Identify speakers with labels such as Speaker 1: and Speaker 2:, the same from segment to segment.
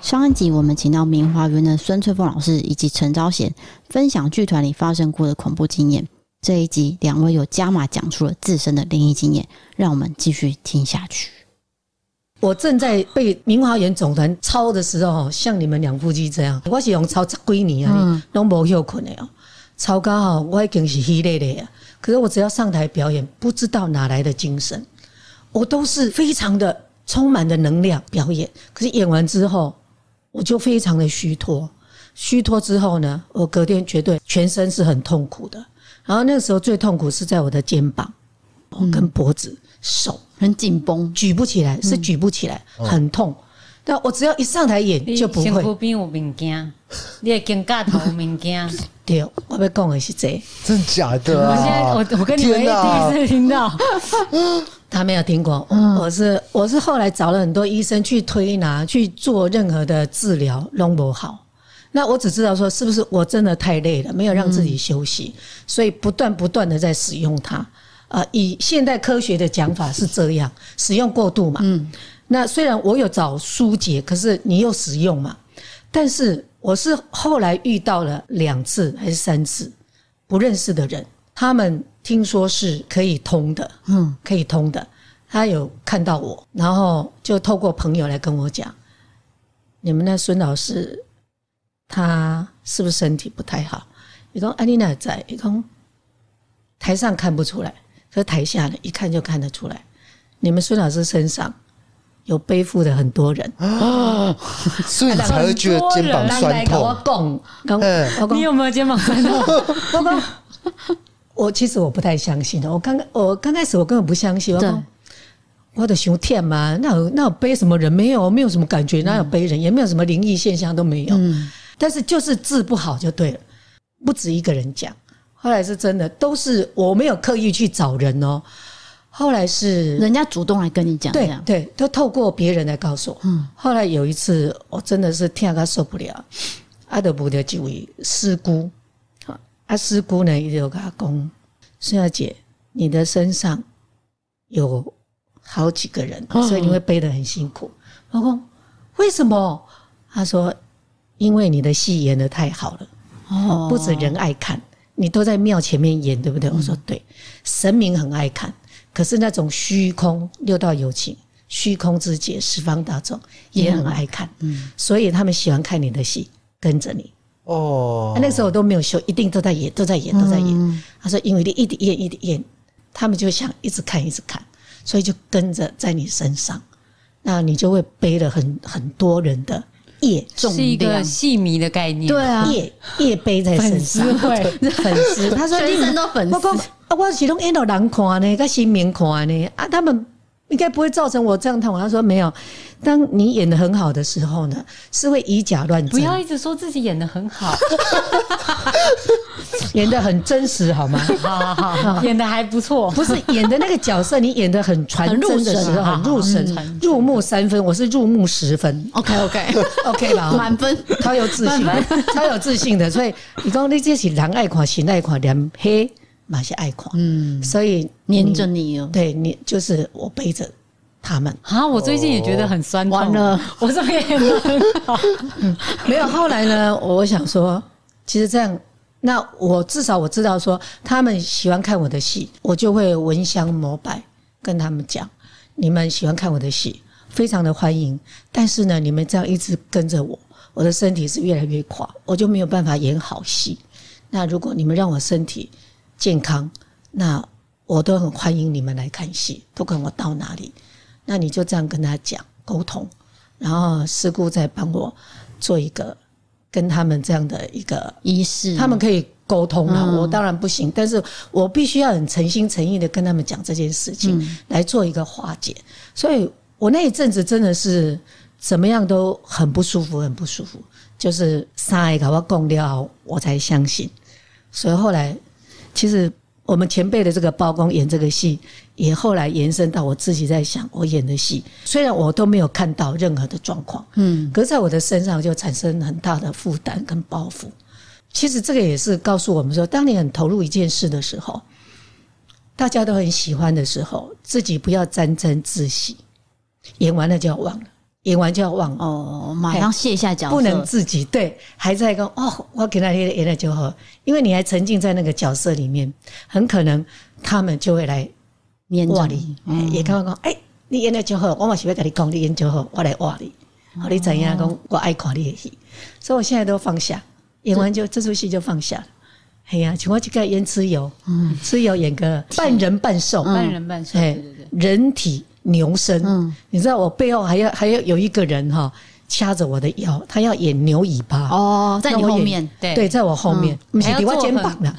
Speaker 1: 上一集我们请到明华园的孙翠凤老师以及陈昭贤分享剧团里发生过的恐怖经验。这一集两位有加码讲出了自身的灵异经验，让我们继续听下去。
Speaker 2: 我正在被明华园总团抄的时候，像你们两夫妻这样，我是用抄十几年啊，拢无休困的哦。抄到吼，我已经是稀累累啊。可是我只要上台表演，不知道哪来的精神，我都是非常的充满的能量表演。可是演完之后，我就非常的虚脱。虚脱之后呢，我隔天绝对全身是很痛苦的。然后那个时候最痛苦是在我的肩膀、哦跟脖子、手。
Speaker 1: 很紧绷，
Speaker 2: 举不起来，是举不起来，很痛。但我只要一上台演
Speaker 3: 你
Speaker 2: 就不
Speaker 3: 身躯
Speaker 2: 会。
Speaker 3: 边有物件，你的肩胛头有物 件。
Speaker 2: 对，我要讲的是这个
Speaker 4: 真假的
Speaker 3: 我
Speaker 4: 啊？
Speaker 3: 现在我我跟你们
Speaker 4: 天哪
Speaker 3: 第一次听 到，
Speaker 2: 他没有听过。我是我是后来找了很多医生去推拿，去做任何的治疗，弄不好。那我只知道说，是不是我真的太累了，没有让自己休息，所以不断不断的在使用它。呃，以现代科学的讲法是这样，使用过度嘛。嗯。那虽然我有找疏解，可是你又使用嘛，但是我是后来遇到了两次还是三次不认识的人，他们听说是可以通的，嗯，可以通的。他有看到我，然后就透过朋友来跟我讲，你们那孙老师他是不是身体不太好？你说安妮娜在，你说台上看不出来，可是台下呢一看就看得出来，你们孙老师身上有背负的很多人，
Speaker 4: 所以你才会觉得肩膀酸
Speaker 2: 跟
Speaker 4: 痛
Speaker 2: 我。讲，跟
Speaker 4: 嗯
Speaker 2: 我
Speaker 3: 你
Speaker 2: 讲，
Speaker 3: 有没有肩膀酸痛？
Speaker 2: 我讲，我其实我不太相信啊的。我刚我刚开始我根本不相信，我
Speaker 1: 对
Speaker 2: 讲我的熊天嘛，那有那有背什么人没有？没有什么感觉，哪有背人？也没有什么灵异现象都没有。但是就是治不好就对了，不止一个人讲。后来是真的，都是我没有刻意去找人哦。后来是
Speaker 1: 人家主动来跟你讲，这
Speaker 2: 对
Speaker 1: 样嗯
Speaker 2: 对，都透过别人来告诉我。后来有一次，我真的是听他受不了，啊阿德伯的几位师姑，啊，师姑呢也有跟他讲，孙小姐，你的身上有好几个人，
Speaker 1: 哦
Speaker 2: 所以你会背得很辛苦。老公，为什么？他说，因为你的戏演得太好了。
Speaker 1: 哦
Speaker 2: 不止人爱看，你都在庙前面演，对不对？我说对，神明很爱看，可是那种虚空六道有情，虚空之界十方大众也很爱看，
Speaker 3: 嗯
Speaker 2: 所以他们喜欢看你的戏，跟着你。
Speaker 4: 哦
Speaker 2: 啊，那个时候我都没有休，一定都在演，都在演，都在演。
Speaker 3: 嗯
Speaker 2: 他说，因为你一直演，一直演，他们就想一直看，一直看，所以就跟着在你身上，那你就会背了很很多人的业 重
Speaker 3: 是一个
Speaker 2: 量。
Speaker 3: 戏迷的概念。
Speaker 1: 对啊，
Speaker 2: 夜夜背在身上，
Speaker 3: 粉 丝会
Speaker 2: 粉丝，他 说
Speaker 1: 全
Speaker 2: 你
Speaker 1: 身都粉丝
Speaker 2: 我讲啊，我是拢演到人看呢，跟新民看呢，啊，他们应该不会造成我这样痛。他说没有，当你演的很好的时候呢，是会以假乱
Speaker 3: 不
Speaker 2: 真，
Speaker 3: 要一直说自己演的很 好，
Speaker 2: 演的很真实好吗？
Speaker 3: 好好好，演的还不错。
Speaker 2: 不是演的那个角色，你演的很传
Speaker 1: 很入
Speaker 2: 真的时
Speaker 1: 神
Speaker 2: 候，
Speaker 1: 啊
Speaker 2: 很入神，入木三分，我是入木十分
Speaker 1: OK OK，
Speaker 2: ，OK 吧？
Speaker 1: 满分。
Speaker 2: 超有自信的，超有自信的。所以你讲你这是人爱看，心爱看，连黑嘛是爱看，嗯，所以
Speaker 1: 黏着你哦，
Speaker 2: 对你就是我背着他们，
Speaker 3: 啊，我最近也觉得很酸
Speaker 2: 哦
Speaker 1: 完
Speaker 3: 痛。
Speaker 1: 了，
Speaker 3: 我这边也很 好。
Speaker 2: 嗯没有。后来呢，我想说，其实这样，那我至少我知道说，他们喜欢看我的戏，我就会闻香膜拜，跟他们讲，你们喜欢看我的戏，非常的欢迎。但是呢，你们这样一直跟着我，我的身体是越来越垮，我就没有办法演好戏。那如果你们让我身体健康，那我都很欢迎你们来看戏，不管我到哪里。那你就这样跟他讲沟通，然后师姑再帮我做一个跟他们这样的一个，
Speaker 1: 仪式
Speaker 2: 他们可以沟通了，我当然不行，但是我必须要很诚心诚意的跟他们讲这件事情，来做一个化解。所以我那一阵子真的是怎么样都很不舒服，很不舒服，就是上一个我供了，我才相信。所以后来其实我们前辈的这个包公演这个戏，也后来延伸到我自己在想我演的戏，虽然我都没有看到任何的状况，
Speaker 1: 嗯，
Speaker 2: 可是在我的身上就产生很大的负担跟包袱。其实这个也是告诉我们说，当你很投入一件事的时候，大家都很喜欢的时候，自己不要沾沾自喜，演完了就要忘了，演完就要忘了，
Speaker 1: 哦，马上卸下角色，
Speaker 2: 不能自己对，还在跟哦，我给他演了就好，因为你还沉浸在那个角色里面，很可能他们就会来
Speaker 1: 黏着
Speaker 2: 挖
Speaker 1: 你
Speaker 2: 你，，哎
Speaker 3: 嗯
Speaker 2: 也跟我讲，哎、你演了就好，我嘛是要跟你讲，你演就好，我来挖你，
Speaker 3: 哦
Speaker 2: 好你怎样讲，我爱看你的戏，所以我现在都放下，演完就这出戏就放下了。哎呀，请问这个演蚩尤，嗯，蚩尤演个半人半兽，
Speaker 3: 嗯半人半兽，对
Speaker 2: 哎
Speaker 3: 对对，，
Speaker 2: 人体牛身，
Speaker 1: 嗯
Speaker 2: 你知道我背后还要还要有一个人哈、掐着我的腰，他要演牛尾巴，
Speaker 1: 哦，在你
Speaker 2: 那我
Speaker 1: 后
Speaker 2: 演
Speaker 1: 面，
Speaker 3: 对
Speaker 2: 对，在我后面，不是抵我肩膀的，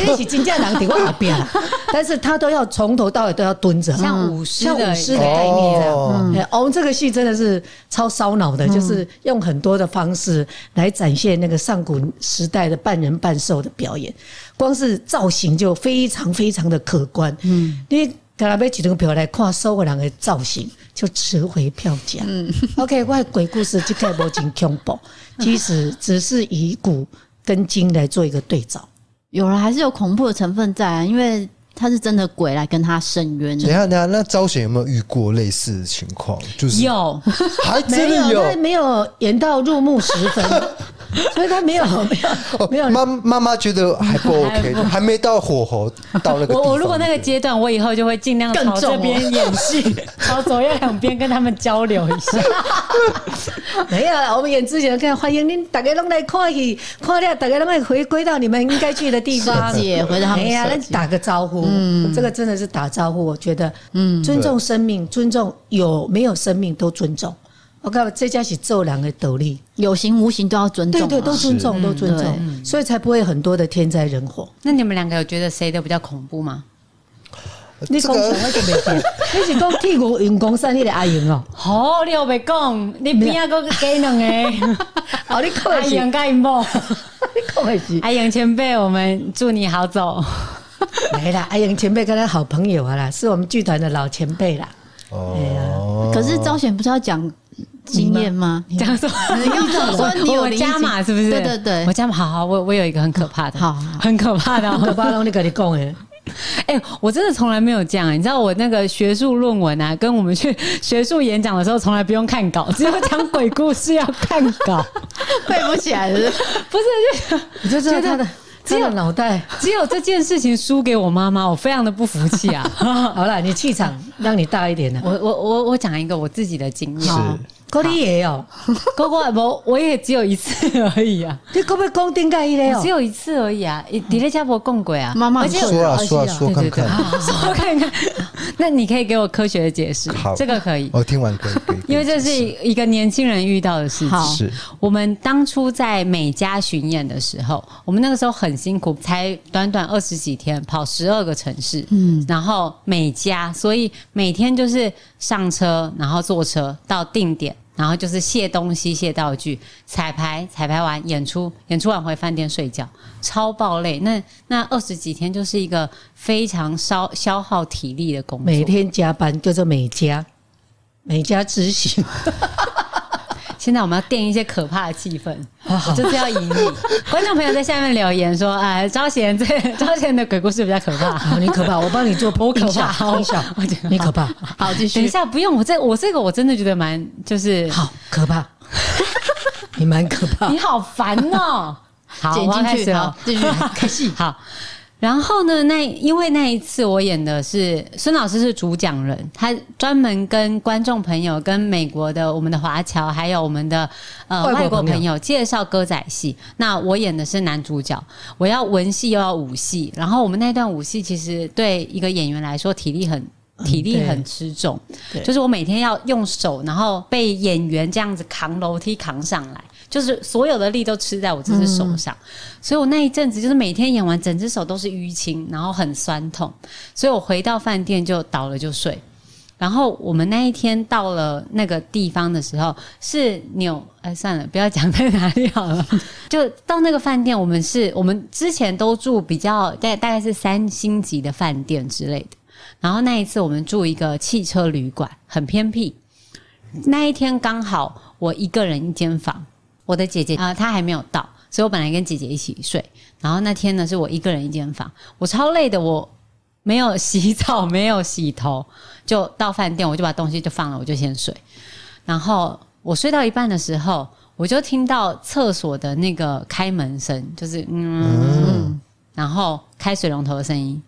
Speaker 2: 因为是金家郎抵我后边啦， 但是他都要从头到尾都要蹲着，嗯
Speaker 3: 像舞狮
Speaker 2: 像
Speaker 3: 的
Speaker 2: 舞狮的概念这
Speaker 3: 啊
Speaker 2: 样。
Speaker 3: 嗯
Speaker 2: 哎哦，这个戏真的是超烧脑的，就是用很多的方式来展现那个上古时代的半人半兽的表演，光是造型就非常非常的可观。嗯，你给他买几张票来看，收回人的造型就值回票价。嗯，OK，外 鬼故事这个无真恐怖，其实只是以古跟今来做一个对照。
Speaker 1: 有了还是有恐怖的成分在啊，因为他是真的鬼来跟他伸冤
Speaker 4: 等一
Speaker 1: 的。
Speaker 4: 下，等一下，那招贤有没有遇过类似的情况？就是，
Speaker 3: 有
Speaker 4: 还真的
Speaker 2: 没有，他
Speaker 4: 有。
Speaker 2: 没有演到入木十分， 所以他没有没有没有
Speaker 4: 哦妈妈妈觉得还不 OK，就 还没到火候到那个地方。
Speaker 3: 我我如果那个阶段，我以后就会尽量
Speaker 2: 更重
Speaker 3: 朝这
Speaker 2: 哦
Speaker 3: 边演戏，朝左右两边跟他们交流一 下。
Speaker 2: 没有啊啦，我们演之前看，欢迎您大家拢来看戏，看了大家拢会回归到你们应该去的地 方。
Speaker 1: 设计也回到他们
Speaker 2: 哎呀，
Speaker 1: 设
Speaker 2: 那
Speaker 1: 计
Speaker 2: 打个招呼，这个真的是打招呼，我觉得，嗯，尊重生命，尊重有没有生命都尊重。我告诉你这家是做人的斗笠，
Speaker 1: 有形无形都要尊重、
Speaker 2: 对
Speaker 1: 啊，
Speaker 2: 对，都尊重，都尊
Speaker 1: 对
Speaker 2: 重，所以才不会很多的天灾人祸。
Speaker 3: 那你们两个有觉得谁的比较恐怖吗？
Speaker 2: 你
Speaker 4: 这
Speaker 2: 讲什
Speaker 4: 个
Speaker 2: 么就没 变，你是讲替我用公山你的阿英 哦，
Speaker 3: 好，你又袂讲，你边啊个鸡两 个，
Speaker 2: 哦，你讲
Speaker 3: 阿
Speaker 2: 的是，
Speaker 3: 英甲因某，
Speaker 2: 你讲的是。
Speaker 3: 阿英前辈，我们祝你好 走。
Speaker 2: 没啦，阿英前辈跟他好朋友啊啦，是我们剧团的老前辈啦。
Speaker 3: 啊
Speaker 4: 哦，
Speaker 1: 可是招贤不是要讲经验吗？
Speaker 3: 讲说，
Speaker 1: 你刚刚说你有
Speaker 3: 我
Speaker 1: 灵
Speaker 3: 加
Speaker 1: 性
Speaker 3: 码是不是？
Speaker 1: 对对对
Speaker 3: 我加码。好好，我我有一个很可怕的，
Speaker 1: 好好
Speaker 3: 很可怕 的哦。
Speaker 2: 我巴龙，你跟你讲诶，
Speaker 3: 哎、我真的从来没有这样、欸你知道我那个学术论文啊，跟我们去 学术演讲的时候，从来不用看稿，只有讲鬼故事要看 稿，
Speaker 1: 背不起来是不是
Speaker 3: 不是就
Speaker 2: 你就知道他的他
Speaker 3: 只有
Speaker 2: 的脑袋。
Speaker 3: 只有这件事情输给我妈妈，我非常的不服气啊！
Speaker 2: 好啦，你气场让你大一点啊啦。
Speaker 3: 我我我我讲一个我自己的经验，
Speaker 4: 是
Speaker 2: 高你也有，
Speaker 3: 哥哥我我也只有一次而已啊，
Speaker 2: 你可不可以讲顶盖伊个
Speaker 3: 我只
Speaker 2: 哦？
Speaker 3: 有一次而已啊，迪丽加伯共轨啊，
Speaker 1: 妈妈
Speaker 3: 而
Speaker 1: 很
Speaker 3: 且
Speaker 1: 困
Speaker 4: 说
Speaker 1: 扰
Speaker 4: 啊
Speaker 1: 而且
Speaker 4: 说啊说
Speaker 3: 对
Speaker 4: 看
Speaker 3: 对对，
Speaker 4: 看。
Speaker 3: 说看看，那你可以给我科学的解释
Speaker 4: 好，
Speaker 3: 这个可以。
Speaker 4: 我哦听完可以可以，可以
Speaker 3: 因为这是一个年轻人遇到的事情。
Speaker 1: 好
Speaker 4: 是
Speaker 3: 我们当初在美加巡演的时候，我们那个时候很辛苦，才短短二十几天，跑十二个城市，嗯，然后美加，所以每天就是上车，然后坐车到定点。然后就是卸东西、卸道具、彩排，彩排完演出，演出完回饭店睡觉，超爆累。那那二十几天就是一个非常消消耗体力的工作，
Speaker 2: 每天加班叫做美加，美加执行。
Speaker 3: 现在我们要垫一些可怕的气氛，我就是要赢你。观众朋友在下面留言说：“哎，招贤这招贤的鬼故事比较可怕。
Speaker 2: 好，你可 怕，我帮你做
Speaker 3: 我可怕
Speaker 2: 音效
Speaker 3: 我
Speaker 2: 音效
Speaker 3: 我觉得
Speaker 2: 你可怕，”
Speaker 1: 好，继
Speaker 3: 等一
Speaker 1: 续。
Speaker 3: 下，不用我这我这个我真的觉得蛮就是
Speaker 2: 好可 怕，你蛮可怕
Speaker 3: 你。好烦哦、 好，
Speaker 1: 剪
Speaker 3: 我要开
Speaker 1: 进
Speaker 3: 始
Speaker 1: 去，
Speaker 3: 了
Speaker 1: 好，， 继续开始。
Speaker 3: 好。然后呢？那因为那一次我演的是孙老师是主讲人，他专门跟观众朋友、跟美国的我们的华侨，还有我们的呃
Speaker 2: 外国
Speaker 3: 外国
Speaker 2: 朋友
Speaker 3: 朋友介绍歌仔戏。那我演的是男主角，我要文戏又要武戏。然后我们那段武戏其实对一个演员来说体力很体力
Speaker 2: 嗯对
Speaker 3: 很吃重，
Speaker 2: 对
Speaker 3: 就是我每天要用手，然后被演员这样子扛楼梯扛上来，就是所有的力都吃在我这只
Speaker 2: 嗯
Speaker 3: 手上，所以我那一阵子就是每天演完，整只手都是淤青，然后很酸痛，所以我回到饭店就倒了就睡。然后我们那一天到了那个地方的时候，是纽哎算了，不要讲在哪里好了。就到那个饭店，我们是我们之前都住比较大大概是三星级的饭店之类的。然后那一次我们住一个汽车旅馆，很偏僻。那一天刚好我一个人一间房，我的姐姐啊、呃她还没有到，所以我本来跟姐姐一起睡。然后那天呢是我一个人一间房，我超累的，我没有洗澡，没有洗头， 就到饭店我就把东西就放了，我就先睡。然后我睡到一半的时候，我就听到厕所的那个开门声，就是嗯然后开水龙头的声音，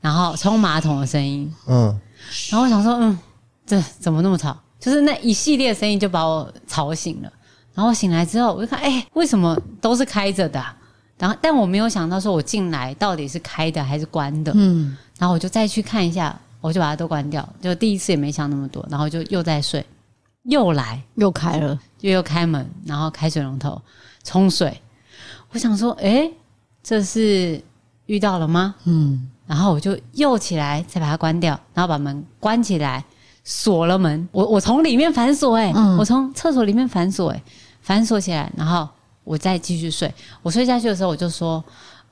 Speaker 3: 然后冲马桶的声音，
Speaker 4: 嗯，
Speaker 3: 然后我想说，嗯，这怎么那么吵？就是那一系列声音就把我吵醒了。然后醒来之后，我就看，哎、为什么都是开着的啊、然后，但我没有想到说我进来到底是开的还是关的。
Speaker 1: 嗯，
Speaker 3: 然后我就再去看一下，我就把它都关掉。就第一次也没想那么多，然后就又在睡，又来，
Speaker 1: 又开了，
Speaker 3: 又又开门，然后开水龙头冲水。我想说，哎、这是遇到了吗？
Speaker 1: 嗯，
Speaker 3: 然后我就又起来，再把它关掉，然后把门关起来，锁了门。我我从里面反锁、欸，哎、
Speaker 1: 嗯
Speaker 3: 我从厕所里面反锁、欸，反锁起来，然后我再继续睡。我睡下去的时候，我就说，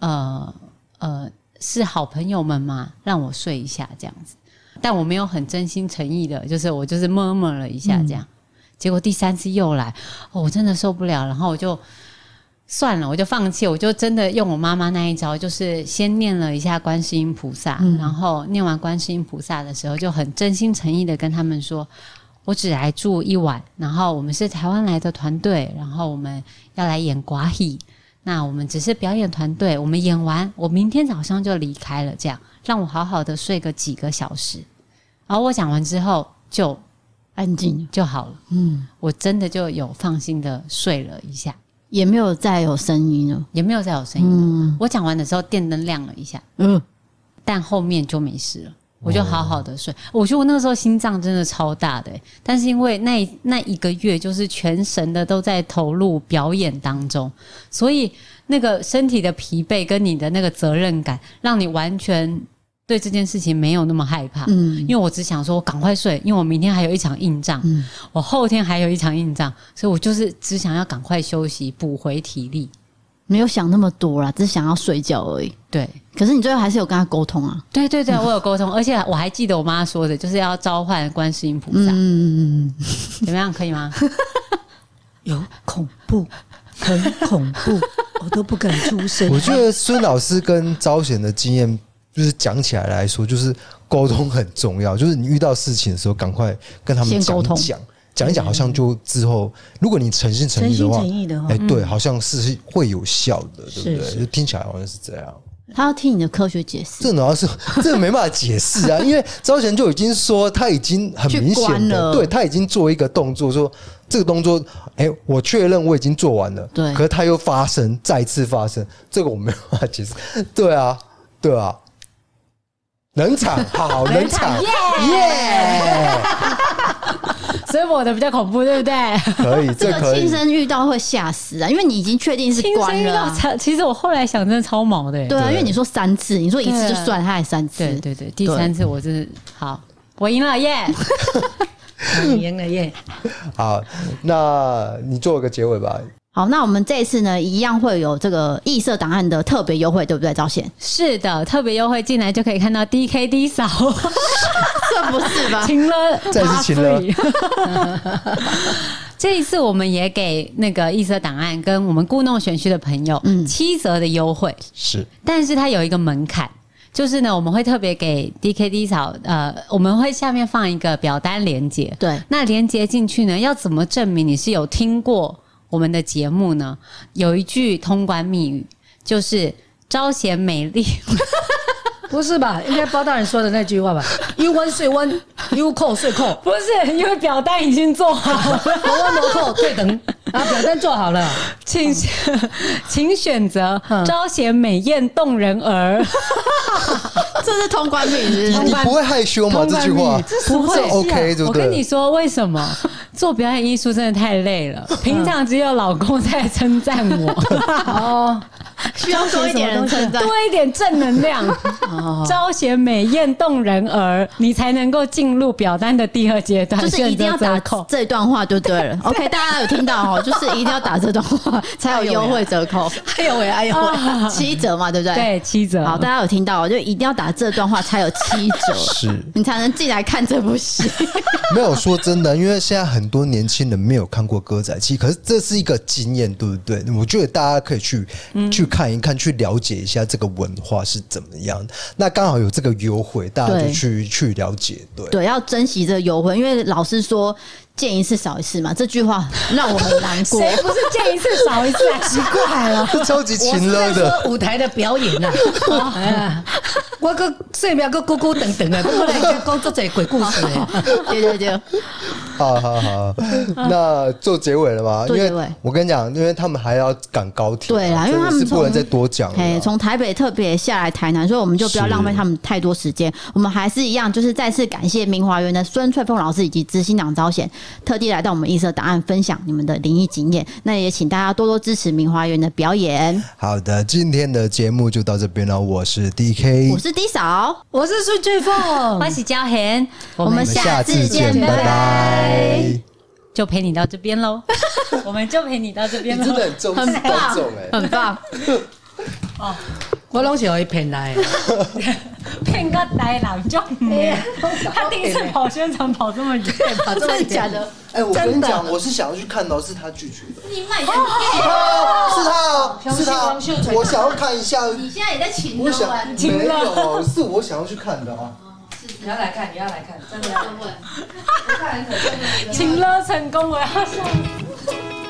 Speaker 3: 呃呃，是好朋友们嘛，让我睡一下这样子。但我没有很真心诚意的，就是我就是默默了一下这样。结果第三次又来，哦，我真的受不了，然后我就算了，我就放弃，我就真的用我妈妈那一招，就是先念了一下观世音菩萨，
Speaker 1: 嗯
Speaker 3: 然后念完观世音菩萨的时候，就很真心诚意的跟他们说，我只来住一晚，然后我们是台湾来的团队，然后我们要来演寡戏，那我们只是表演团队，我们演完，我明天早上就离开了，这样让我好好的睡个几个小时，然后我讲完之后就
Speaker 1: 安静，
Speaker 3: 就好了，
Speaker 1: 嗯，
Speaker 3: 我真的就有放心的睡了一下。
Speaker 1: 也没有再有声音了，
Speaker 3: 也没有再有声音。
Speaker 1: 嗯
Speaker 3: 我讲完的时候，电灯亮了一下，
Speaker 1: 嗯，
Speaker 3: 但后面就没事了。我就好好的睡，我觉得我那个时候心脏真的超大的欸、但是因为那一那一个月就是全神的都在投入表演当中，所以那个身体的疲惫跟你的那个责任感，让你完全对这件事情没有那么害怕。
Speaker 1: 嗯
Speaker 3: 因为我只想说，我赶快睡，因为我明天还有一场硬仗，
Speaker 1: 嗯
Speaker 3: 我后天还有一场硬仗，所以我就是只想要赶快休息，补回体力。
Speaker 1: 没有想那么多啦，只是想要睡觉而已。
Speaker 3: 对，嗯
Speaker 1: 可是你最后还是有跟他沟通啊，
Speaker 3: 对对对，我有沟通，而且我还记得我妈说的，就是要召唤观世音菩萨，
Speaker 1: 嗯嗯嗯
Speaker 3: 怎么样？可以 吗？
Speaker 2: 有恐怖，很恐 怖，我都不敢出声。
Speaker 4: 我觉得孙老师跟招贤的经验，就是讲起来来说，就是沟通很重要。就是你遇到事情的时候，赶快跟他们
Speaker 1: 先
Speaker 4: 讲
Speaker 1: 沟
Speaker 4: 一
Speaker 1: 通
Speaker 4: 讲，讲一讲，好像就之后，如果你诚心诚
Speaker 2: 诚
Speaker 4: 意的
Speaker 2: 心嗯
Speaker 4: 话
Speaker 2: 诚，意的哈
Speaker 4: 哎、，对，好像是会有效的，对不
Speaker 2: 是
Speaker 4: 对？就听起来好像是这样。
Speaker 1: 嗯，他要听你的科学解释，
Speaker 4: 这主要是 这没办法解释啊， 因为招贤就已经说他已经很明
Speaker 1: 去
Speaker 4: 显
Speaker 1: 关了
Speaker 4: 的，对他已经做一个动作，说这个动作，哎、我确认我已经做完了，
Speaker 1: 对
Speaker 4: 可是他又发生，再次发生，这个我没办法解释， 对啊，对啊，冷 场，好，冷场，耶，
Speaker 3: 所以我的比较恐怖，对不对？
Speaker 4: 可以，
Speaker 1: 这
Speaker 4: 这
Speaker 1: 个
Speaker 4: 可
Speaker 1: 亲
Speaker 4: 以，
Speaker 1: 身遇到会吓死啊，因为你已经确定是关了、啊。
Speaker 3: 超，其实我后来想，真的超毛的欸。
Speaker 1: 对啊，
Speaker 4: 对
Speaker 1: 因为你说三次，你说一次就
Speaker 3: 对
Speaker 1: 算，他还三次，
Speaker 3: 对对对，第三次我真是好，我赢了耶！，
Speaker 2: 你赢了耶！
Speaker 4: 好，那你做个结尾吧，
Speaker 1: 好，那我们这一次呢，一样会有这个异色档案的特别优惠，对不对？赵显
Speaker 3: 是的，特别优惠进来就可以看到 DKD 嫂
Speaker 1: 这不是吧？
Speaker 3: 晴了，
Speaker 4: 再次晴了
Speaker 3: Part Three。这一次我们也给那个异色档案跟我们故弄玄虚的朋友
Speaker 1: 嗯
Speaker 3: 七折的优惠，
Speaker 4: 是
Speaker 3: 但是它有一个门槛，就是呢，我们会特别给 DKD 嫂，呃，我们会下面放一个表单连接。
Speaker 1: 对，
Speaker 3: 那连接进去呢，要怎么证明你是有听过我们的节目呢？有一句通关密语，就是“招贤美丽
Speaker 2: 不是吧？应该包大人说的那句话吧？You one 睡 one，You call 睡 call，”，
Speaker 3: 不是因为表单已经 做好了。
Speaker 2: 我问我 call 对等啊，表单做好了，
Speaker 3: 请选请选择招贤美艳动人儿，
Speaker 1: 这是通关密语
Speaker 4: 你你不会害羞吗？这句话
Speaker 3: 不
Speaker 1: 啊
Speaker 3: 会
Speaker 4: 这 OK 对
Speaker 3: 我
Speaker 4: 不
Speaker 3: 跟你
Speaker 4: 对？
Speaker 3: 说，为什 么做表嗯 演艺术真的太累了？平常只有老公在称赞我，
Speaker 2: 哦，
Speaker 1: 需要多一点人称赞。
Speaker 3: 多一点正能量，
Speaker 1: 哦
Speaker 3: 彰显美艳动人儿，你才能够进入表单的第二阶段，
Speaker 1: 就是一定要
Speaker 3: 选择
Speaker 1: 打
Speaker 3: 折扣。
Speaker 1: 这段话就对了。OK，大家有听到 哦，就是一定要打这段话才有优惠折扣，
Speaker 2: 哎呦喂，哎呦喂，
Speaker 1: 七折嘛，对不对？。
Speaker 3: 对，七折。
Speaker 1: 好，大家有听到哦，就一定要打这段话才有七折，
Speaker 4: 是
Speaker 1: 你才能进来看这部戏。
Speaker 4: 没有说真的，因为现在很多年轻人没有看过歌仔戏，可是这是一个经验，对不对？我觉得大家可以去、
Speaker 1: 嗯
Speaker 4: 去看一看，去了解一下这个文化是怎么样。那刚好有这个优惠，大家就
Speaker 1: 对
Speaker 4: 去去了解，对。
Speaker 1: 对，啊要珍惜这个优惠，因为老师说见一次少一次嘛，这句话让我很难过。
Speaker 3: 谁不是见一次少一次啊？ 奇怪了，
Speaker 4: 超级
Speaker 2: 我
Speaker 4: 勤
Speaker 2: 是在
Speaker 4: 了 的，
Speaker 2: 说舞台的表演啦， 哎呀我个睡眠个咕咕等等的，我啊来讲作者鬼故事的。
Speaker 1: 对对对，
Speaker 4: 好好好，那做结尾了吧？因
Speaker 1: 做结尾
Speaker 4: 为我跟你讲，因为他们还要赶高铁，
Speaker 1: 对啦因为
Speaker 4: 所以
Speaker 1: 他们
Speaker 4: 是不
Speaker 1: 从
Speaker 4: 能再多讲了
Speaker 1: 嘿，
Speaker 4: 啦。
Speaker 1: 从台北特别下来台南，所以我们就不要
Speaker 4: 是
Speaker 1: 浪费他们太多时间。我们还是一样，就是再次感谢明华园的孙翠凤老师以及执行长招贤，特地来到我们异色档案分享你们的灵异经验。那也请大家多多支持明华园的表演。
Speaker 4: 好的，今天的节目就到这边了。我是 D K，
Speaker 1: 我是 D 嫂，
Speaker 2: 我是孙翠凤，
Speaker 3: 欢喜交贤，我
Speaker 1: 我
Speaker 3: 们
Speaker 1: 们
Speaker 4: 下
Speaker 1: 下
Speaker 4: 次
Speaker 1: 次
Speaker 4: 见，
Speaker 1: 见，
Speaker 4: 拜
Speaker 1: 拜
Speaker 4: 拜
Speaker 1: 拜。。
Speaker 3: 就陪你到这 边喽，我们就陪你到这边喽。
Speaker 4: 很重
Speaker 1: 很棒，
Speaker 4: 欸
Speaker 1: 很 棒。
Speaker 2: 哦我拢是会骗来的。
Speaker 3: 骗个呆郎就
Speaker 2: 哎
Speaker 3: 没，他第一次跑宣传跑这么远，
Speaker 1: 真的假的？
Speaker 4: 哎，我跟你讲，我是想要去看到，是他拒绝的。
Speaker 1: 你卖
Speaker 4: 是他哦，是他
Speaker 2: 雄性
Speaker 4: 哦，我想要看一下。
Speaker 1: 你现在也在啊请
Speaker 4: 我想
Speaker 1: 问，
Speaker 4: 没有，啊是我想要去看的啊。
Speaker 2: 你要来看，你要来看，真的。
Speaker 1: 问。
Speaker 3: 请了成功，我要上。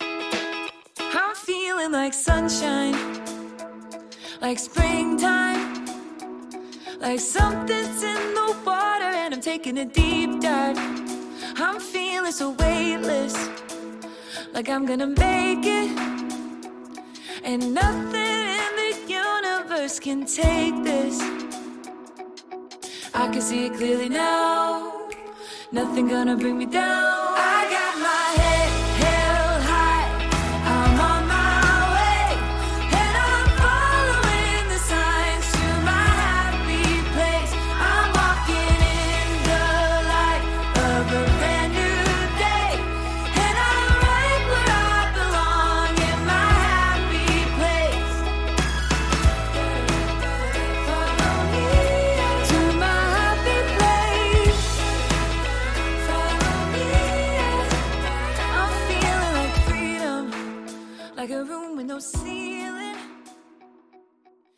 Speaker 5: I'm feeling like sunshine, like springtime, like something's in the water and I'm taking a deep dive. I'm feeling so weightless, like I'm gonna make it, and nothing in the universe can take this. I can see it clearly now, nothing gonna bring me down.